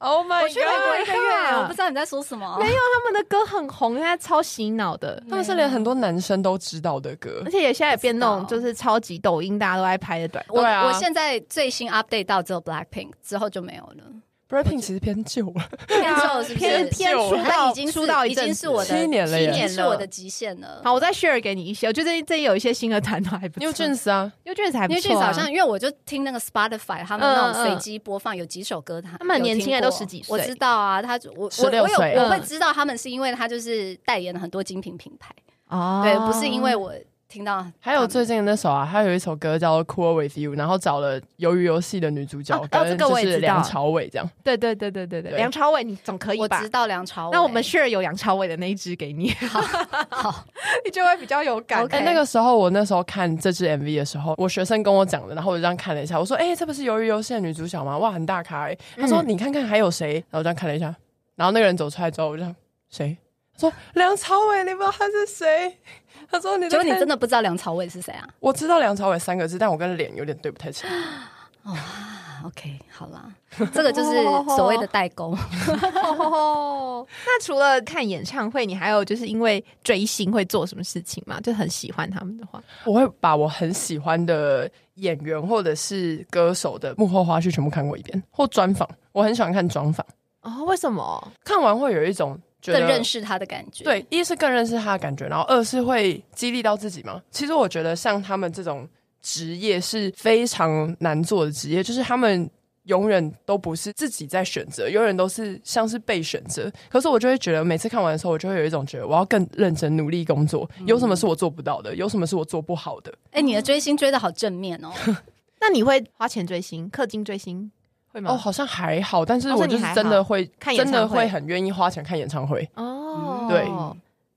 Speaker 3: Oh my
Speaker 2: 我去美国一个月啊
Speaker 1: 我不知道你在说什么。
Speaker 2: 没有他们的歌很红，现在超洗脑的，
Speaker 3: 他们是连很多男生都知道的歌
Speaker 2: 而。且也现在也变那种
Speaker 1: 不知
Speaker 2: 就
Speaker 1: 道
Speaker 2: 是超级抖音大家都爱拍的短。
Speaker 1: 我、
Speaker 3: 对啊
Speaker 1: 我现在最新 update 到只有 Blackpink，之后就没有了。
Speaker 3: Blackpink 其实偏旧了，
Speaker 1: 偏瘦是不是
Speaker 2: 啊偏偏出
Speaker 1: 它
Speaker 2: 道
Speaker 1: 已经
Speaker 2: 出
Speaker 1: 出
Speaker 2: 道
Speaker 1: 道
Speaker 2: 一
Speaker 1: 已
Speaker 2: 阵
Speaker 1: 经
Speaker 2: 子
Speaker 1: 是我的
Speaker 3: 七年了耶
Speaker 1: 已经是我的极限了。
Speaker 2: 好，我再 share 给你一些，我觉得这里有一些新的团都还不错。
Speaker 3: New Jeans 啊，
Speaker 2: New Jeans 还
Speaker 1: 因
Speaker 2: 不
Speaker 1: 为
Speaker 2: 错、
Speaker 1: Jeans
Speaker 2: 啊，
Speaker 1: 好像，因为我就听那个 Spotify 他们那种
Speaker 2: 嗯嗯
Speaker 1: 随机播放，有几首歌他
Speaker 2: 他们很年轻
Speaker 1: 有听过
Speaker 2: 都十几岁
Speaker 1: 我知道啊，他我我我
Speaker 3: 16
Speaker 1: 有
Speaker 3: 岁
Speaker 1: 我会
Speaker 2: 嗯
Speaker 1: 知道他们是因为他就是代言了很多精品品牌，
Speaker 2: 哦
Speaker 1: 对，不是因为我听到
Speaker 3: 还有最近那首啊，还有一首歌叫《Cool with You》，然后找了《鱿鱼游戏》的女主角
Speaker 2: 哦哦这个
Speaker 3: 跟就
Speaker 2: 我也
Speaker 3: 是
Speaker 2: 知道
Speaker 3: 梁朝伟这样。
Speaker 2: 对对对对对对，
Speaker 3: 对
Speaker 2: 梁朝伟你总可以
Speaker 1: 我
Speaker 2: 吧
Speaker 1: 知？道梁朝伟，
Speaker 2: 那我们 share 有梁朝伟的那一支给你，
Speaker 1: 好，
Speaker 2: 你就会比较有感。
Speaker 1: OK
Speaker 3: 哎、那个时候我那时候看这支 MV 的时候，我学生跟我讲的，然后我就这样看了一下，我说：“哎、这不是《鱿鱼游戏》的女主角吗？哇，很大咖、欸。”
Speaker 2: 嗯
Speaker 3: 他说：“你看看还有谁？”然后我这样看了一下，然后那个人走出来之后，我就想谁？他说：“梁朝伟，你不知道他是谁？”他说：“你
Speaker 1: 结
Speaker 3: 在
Speaker 1: 果
Speaker 3: 看
Speaker 1: 你真的不知道梁朝伟是谁啊
Speaker 3: 我知道梁朝伟三个字，但我跟脸有点对不太起来。
Speaker 2: 哦
Speaker 1: 啊？OK，好啦，这个就是所谓的代 沟。
Speaker 2: 哦，那除了看演唱会，你还有就是因为追星会做什么事情吗？就很喜欢他们的话，
Speaker 3: 我会把我很喜欢的演员或者是歌手的幕后花絮全部看过一遍，或专访。我很喜欢看专访，
Speaker 2: 哦，为什么？
Speaker 3: 看完会有一种觉
Speaker 1: 更
Speaker 3: 得
Speaker 1: 认识他的感觉。
Speaker 3: 对，一是更认识他的感觉，然后二是会激励到自己嘛。其实我觉得像他们这种职业是非常难做的职业，就是他们永远都不是自己在选择，永远都是像是被选择。可是我就会觉得，每次看完的时候，我就会有一种觉得，我要更认真努力工作。
Speaker 1: 嗯
Speaker 3: 有什么是我做不到的？有什么是我做不好的？
Speaker 1: 哎、你的追星追的好正面哦，
Speaker 2: 那你会花钱追星、氪金追星会
Speaker 3: 哦，
Speaker 2: 吗？
Speaker 3: 好像还好，但是
Speaker 2: 哦
Speaker 3: 我
Speaker 2: 所以你
Speaker 3: 就是
Speaker 2: 还
Speaker 3: 真
Speaker 2: 好
Speaker 3: 的会，
Speaker 2: 看演
Speaker 3: 真的
Speaker 2: 唱会
Speaker 3: 会很愿意花钱看演唱会。
Speaker 2: 哦
Speaker 1: 嗯
Speaker 3: 对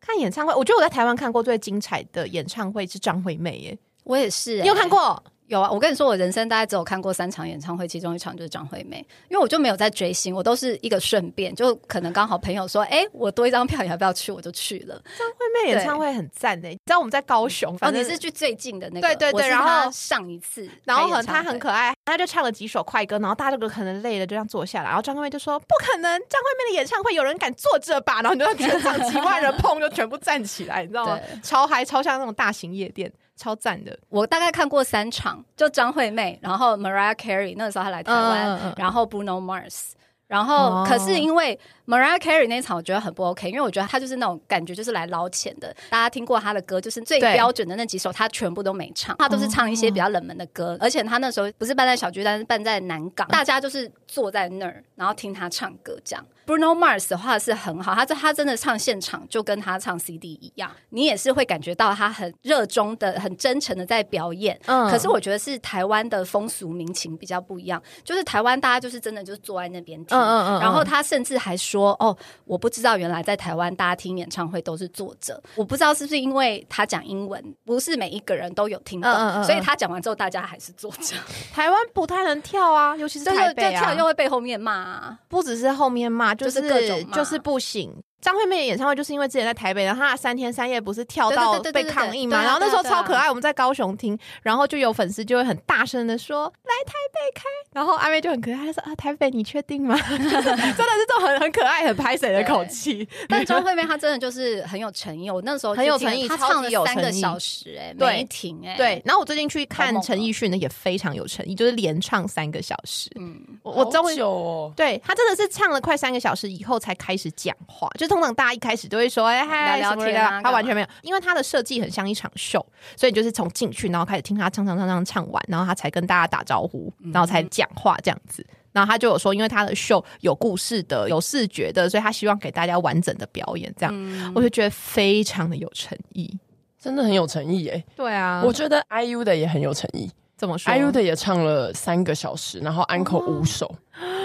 Speaker 2: 看演唱会，我觉得我在台湾看过最精彩的演唱会是张惠妹耶，
Speaker 1: 我也是、哎
Speaker 2: 你有看？过？
Speaker 1: 有啊，我跟你说，我人生大概只有看过三场演唱会，其中一场就是张惠妹，因为我就没有在追星，我都是一个顺便，就可能刚好朋友说，哎、我多一张票，你要不要去？我就去了。
Speaker 2: 张惠妹演唱会很赞诶，你知道我们在高雄，
Speaker 1: 哦，
Speaker 2: 反正
Speaker 1: 你是。去最近的那个，
Speaker 2: 对对
Speaker 1: 我
Speaker 2: 对
Speaker 1: 是
Speaker 2: 然后
Speaker 1: 她上一次开演
Speaker 2: 然
Speaker 1: 唱
Speaker 2: 后
Speaker 1: 会，
Speaker 2: 很她很可爱，她就唱了几首快歌，然后大家就可能累了，就这样坐下来。然后张惠妹就说：“不可能，张惠妹的演唱会有人敢坐着吧？”然后你就让全场几万人砰就全部站起来，你知道吗？
Speaker 1: 对
Speaker 2: 超嗨，超像那种大型夜店，超赞的。
Speaker 1: 我大概看过三场，就张惠妹，然后 Mariah Carey 那个时候她来台湾，
Speaker 2: 嗯嗯嗯
Speaker 1: 然后 Bruno Mars。然后
Speaker 2: 哦，
Speaker 1: 可是因为 Mariah Carey 那一场，我觉得很不 OK，因为我觉得她就是那种感觉，就是来捞钱的。大家听过她的歌，就是最
Speaker 2: 对
Speaker 1: 标准的那几首，她全部都没唱，她都是唱一些比较冷门的
Speaker 2: 哦
Speaker 1: 歌。而且她那时候不是办在小巨蛋，是办在南港，大家就是坐在那儿，然后听她唱歌这样。Bruno Mars 的话是很好，他这他真的唱现场就跟他唱 CD 一样，你也是会感觉到他很热衷的、很真诚的在表演。
Speaker 2: 嗯
Speaker 1: 可是我觉得是台湾的风俗民情比较不一样，就是台湾大家就是真的就是坐在那边听，
Speaker 2: 嗯嗯嗯嗯
Speaker 1: 然后他甚至还说：“哦，我不知道原来在台湾大家听演唱会都是坐着，我不知道是不是因为他讲英文，不是每一个人都有听懂，
Speaker 2: 嗯嗯嗯嗯
Speaker 1: 所以他讲完之后大家还是坐 着，
Speaker 2: 台湾不太能跳啊，尤其是
Speaker 1: 就
Speaker 2: 台
Speaker 1: 是
Speaker 2: 北
Speaker 1: 在
Speaker 2: 啊，
Speaker 1: 跳又会被后面骂、啊。”
Speaker 2: 不只是后面骂，就
Speaker 1: 就是是各种骂
Speaker 2: 就是不行。张惠妹的演唱会就是因为之前在台北，然后她三天三夜不是跳
Speaker 1: 对
Speaker 2: 到
Speaker 1: 对对
Speaker 2: 被
Speaker 1: 对对
Speaker 2: 抗议嘛，
Speaker 1: 对啊
Speaker 2: 然后那时候
Speaker 1: 对啊对
Speaker 2: 超
Speaker 1: 啊
Speaker 2: 可爱，我们在高雄听，然后就有粉丝就会很大声的说来台北开，然后阿妹就很可爱，她就说啊台北你确 定吗？真的是这种很很可爱、很拍谁的口气，
Speaker 1: 但张惠妹她真的就是很有诚意，我哦那时候
Speaker 2: 很有诚意
Speaker 1: 她唱了
Speaker 2: 超级有
Speaker 1: 三个
Speaker 2: 诚意
Speaker 1: 小时、哎，
Speaker 2: 对
Speaker 1: 没停、哎，
Speaker 2: 对，，然后我最近去
Speaker 1: 好
Speaker 2: 看
Speaker 1: 猛哦
Speaker 2: 陈奕迅的也非常有诚意，就是连唱三个小时，
Speaker 1: 嗯，
Speaker 2: 我我终于
Speaker 3: 好久哦，
Speaker 2: 对他真的是唱了快三个小时以后才开始讲话，就通常大家一开始都会说哎
Speaker 1: 聊
Speaker 2: 嗨
Speaker 1: 聊
Speaker 2: 什么
Speaker 1: 天
Speaker 2: 的
Speaker 1: 啊干
Speaker 2: 他
Speaker 1: 嘛
Speaker 2: 完全没有，因为他的设计很像一场秀，所以你就是从进去然后开始听他唱唱唱唱唱完，然后他才跟大家打招呼，然后才讲话这样子。然后他就有说，因为他的秀有故事的、有视觉的，所以他希望给大家完整的表演。这样，我就觉得非常的有诚意。
Speaker 3: 真的很有诚意诶。
Speaker 2: 对啊哎
Speaker 3: 我
Speaker 2: 我
Speaker 3: 觉得 IU 的也很有诚意
Speaker 2: 怎么说？哦
Speaker 3: ，IU 的也唱了三个小时，然后安可五首，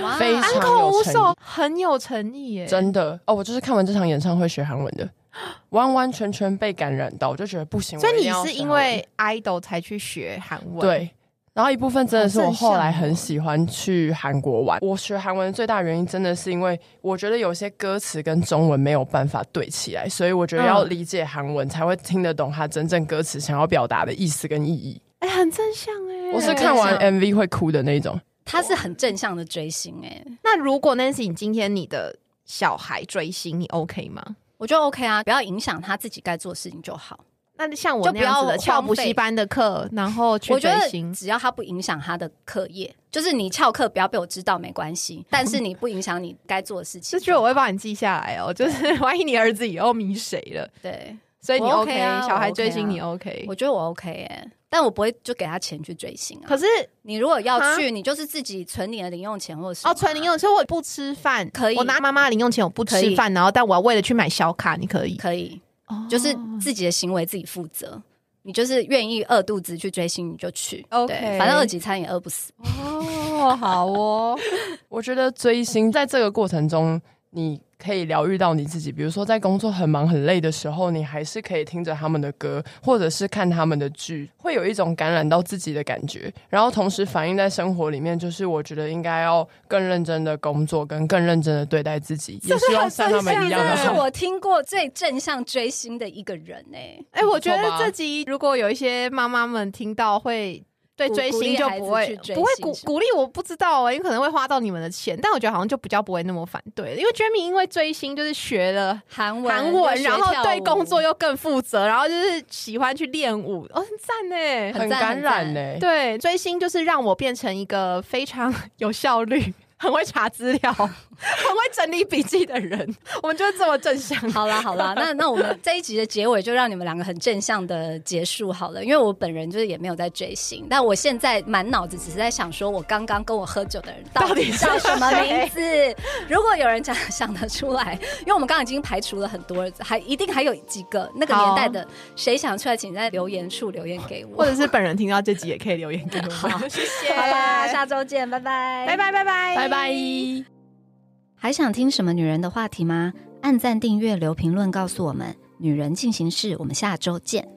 Speaker 1: 哇啊
Speaker 3: 非常
Speaker 2: 啊安
Speaker 3: 有
Speaker 2: 口无
Speaker 3: 诚意
Speaker 2: 手，很有诚意耶。
Speaker 3: 真的哦，我就是看完这场演唱会学韩文的， 完完全全被感染到，我就觉得不行。
Speaker 2: 所
Speaker 3: 我一
Speaker 2: 以你
Speaker 3: 定要
Speaker 2: 是
Speaker 3: 学
Speaker 2: 因
Speaker 3: 韩文
Speaker 2: 为 idol 才去学韩文？
Speaker 3: 对。然后一部分真的是我后来
Speaker 2: 好正向哦
Speaker 3: 很喜欢去韩国玩。我学韩文的最大原因真的是因为我觉得有些歌词跟中文没有办法对起来，所以我觉得要
Speaker 2: 嗯
Speaker 3: 理解韩文才会听得懂它真正歌词想要表达的意思跟意义。
Speaker 2: 哎、很正向哎、
Speaker 3: 我是看完
Speaker 2: 很正向
Speaker 3: MV 会哭的那种。
Speaker 1: 她是很正向的追星、哎，
Speaker 2: 那如果 Nancy，你今天你的小孩追星，你 OK 吗？
Speaker 1: 我觉得 OK 啊，不要影响她自己该做的事情就好。
Speaker 2: 那像我
Speaker 1: 就
Speaker 2: 那
Speaker 1: 不
Speaker 2: 样子
Speaker 1: 要
Speaker 2: 的，翘
Speaker 1: 荒
Speaker 2: 补习
Speaker 1: 废
Speaker 2: 班的课，然后去
Speaker 1: 我觉
Speaker 2: 追
Speaker 1: 得
Speaker 2: 星，
Speaker 1: 只要她不影响她的课业，就是你翘课不要被我知道没关系，但是你不影响你该做的事情
Speaker 2: 这句我会帮你记下来哦。 就是万一你儿子以后迷谁了，
Speaker 1: 对，
Speaker 2: 所以你
Speaker 1: 我
Speaker 2: OK，,
Speaker 1: OK 啊
Speaker 2: 小孩
Speaker 1: 我 OK
Speaker 2: 追星
Speaker 1: 啊
Speaker 2: 你 OK。
Speaker 1: 我觉得我 OK 哎、但我不会就给她钱去追星啊。
Speaker 2: 可是
Speaker 1: 你如果要
Speaker 2: 哈
Speaker 1: 去，你就是自己存你的零用钱或者什么
Speaker 2: 哦，
Speaker 1: 啊
Speaker 2: 存零用钱，我不吃饭，
Speaker 1: 可以
Speaker 2: 我拿妈妈的零用钱，我不
Speaker 1: 可
Speaker 2: 吃
Speaker 1: 以
Speaker 2: 饭，然后但我要为了去买小卡，你可以，
Speaker 1: 可以。
Speaker 2: 哦
Speaker 1: 就是 自己的行为自己负责。你就是愿意饿肚子去追星，你就去。
Speaker 2: OK
Speaker 1: 对反正饿几餐也饿不死。
Speaker 2: 哦，好哦，
Speaker 3: 我觉得追星在这个过程中，你可以疗愈到你自己。比如说，在工作很忙很累的时候，你还是可以听着他们的歌，或者是看他们的剧，会有一种感染到自己的感觉。然后同时反映在生活里面，就是我觉得应该要更认真的工作，跟更认真的对待自己，也希望像他们一
Speaker 1: 真
Speaker 3: 样
Speaker 1: 的
Speaker 3: 的
Speaker 1: 是
Speaker 2: 啊
Speaker 3: 好。
Speaker 1: 我听过最正向追星的一个人哎、
Speaker 2: 哎、我觉
Speaker 3: 不
Speaker 2: 得
Speaker 3: 错吧
Speaker 2: 这集如果有一些妈妈们听到，会对
Speaker 1: 鼓
Speaker 2: 追
Speaker 1: 鼓
Speaker 2: 星
Speaker 1: 励
Speaker 2: 就
Speaker 1: 孩
Speaker 2: 不
Speaker 1: 子
Speaker 2: 会
Speaker 1: 去追
Speaker 2: 不会
Speaker 1: 星
Speaker 2: 鼓
Speaker 1: 是吗
Speaker 2: 鼓励，我不知道啊、因为可能会花到你们的钱，但我觉得好像就比较不会那么反对，因为 Jamie 因为追星就是学了。
Speaker 1: 韩文，
Speaker 2: 韩文，
Speaker 1: 又学
Speaker 2: 然后
Speaker 1: 跳舞
Speaker 2: 对工作又更负责，然后就是喜欢去练舞，哦，很赞呢。
Speaker 3: 很
Speaker 1: 很赞
Speaker 3: 感染欸
Speaker 1: 很赞
Speaker 3: 呢、
Speaker 2: 对，追星就是让我变成一个非常有效率、很会查资料、 很会整理笔记的人，我们就是这么正向。
Speaker 1: 好啦好啦，那那我们这一集的结尾就让你们两个很正向的结束好了，因为我本人就是也没有在追星，但我现在满脑子只是在想，说我刚刚跟我喝酒的人到底叫什么名字？ 如果有人想想得出来，因为我们刚刚已经排除了很多人，还一定还有几个那个
Speaker 2: 好
Speaker 1: 年代的，谁想出来，请在留言处留言给我。
Speaker 2: 或者是本人听到这集也可以留言给我们，谢 谢，
Speaker 1: 好啦，下周见，拜拜，
Speaker 2: 拜。拜拜拜
Speaker 3: 拜拜。
Speaker 1: 还想听什么女人的话题吗？按赞、订阅、留评论，告诉我们。女人进行式，我们下周见。